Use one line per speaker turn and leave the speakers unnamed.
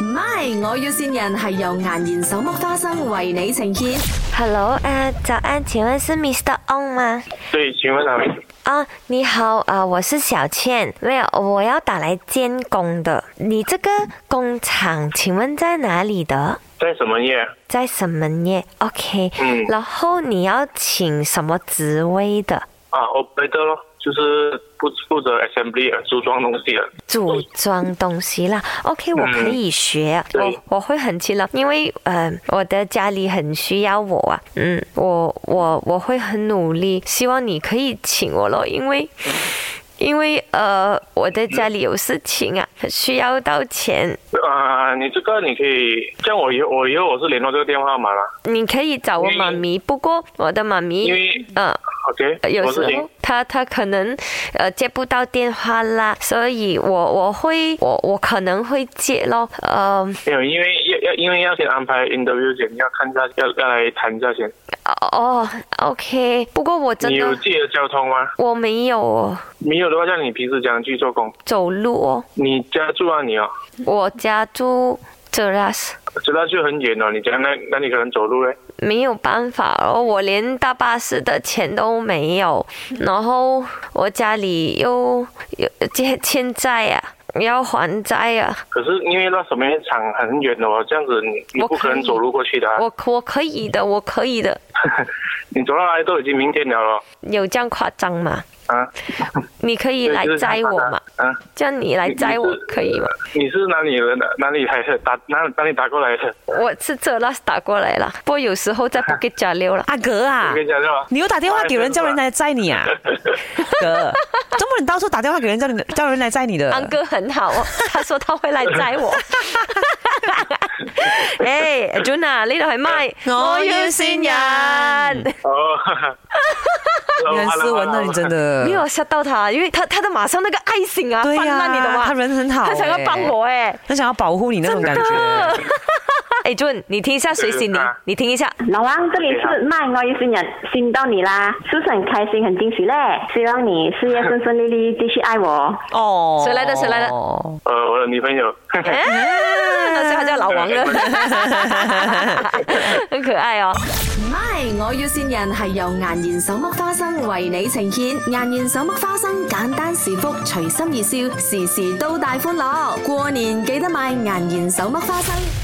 MY，我要線人係由顏然手剝花生為你呈現。
Hello，呃，早安，请问是 Mr. On 吗？
对，请问哪位？
哦，你好，呃，我是小倩，没有，我要打来监工的。你这个工厂，请问在哪里的？
在什么业？
在什么业？OK，、
嗯
然后你要请什么职位的？
啊，operator 咯，就是负负责 assembly 的组装东西的。啊
组装东西啦，OK，我可以学，
嗯对
我我会很勤劳，因为呃，我的家里很需要我啊，嗯，我我我会很努力，希望你可以请我咯，因为因为呃，我的家里有事情啊，需要到钱，
啊，你这个你可以，像我以后我以后我是联络这个电话号码啦。
你可以找我
因为
妈咪，不过我的妈
因
咪，
为
嗯、
OK，
呃有
我
时
是
候她她可能呃接不到电话啦，所以我我会我我可能会接咯，呃。
没有，因为要要因为要先安排 interview 先，要看一下要要来谈一下先。
哦，OK，不过我真
你有
的
自己的交通吗？
我没有哦
没有的话，像你平时怎样去做工？
走路哦，
你家住啊你哦，
我家住 Jeras，
知道就很远哦，你家那那你可能走路嘞。
没有办法哦，我连大巴士的钱都没有，然后我家里又有欠欠债啊，要还债啊，
可是因为那什么厂很远的哦，这样子你你
我
不可
可
能
以
走路过去的、啊。
我我可以的，我可以的，
你走到来都已经明天了咯
有这样夸张吗？
啊！
你可以
对
来
就是
载
麻
我
烦
吗？
啊？啊，
叫你来
你
载
你
我
是
可以吗？
你是哪里人的？哪里来的？打哪哪里打过来的？
我是 Jeras 打过来了，不过有时候在不给家溜了。
阿格
我，
啊
啊跟你讲是吧？
你又打电话给人叫人 来载你啊？哥，怎么你到处打电话给人叫你叫人来载你的？
安哥很好哦，他说他会嚟载我。诶 j u n a 呢度系咪？
我要線人
人。
哦， 哈哈
你很斯文啊，你真。的
没。有吓到他，因为他他的马上那个爱心啊，
对
泛
呀、
滥，你懂吗？
他人很好、欸
他想要帮，我哎，
他想要保护你那种感觉。
诶 j u n 哎你听一下谁是你
对啊，
你听一下。
老王，这里是卖我一新人，新到你啦，是不是很开心、很惊喜嘞？希望你事业顺顺利利，继续爱我。
哦，
谁来的谁来的
呃，我的女朋友，
啊那是他叫老王了， 很可爱哦。
MY，我要線人係由顏然手剝花生為你呈現。顏然手剝花生，簡單是福，隨心而笑，時時都大歡樂。過年記得買顏然手剝花生。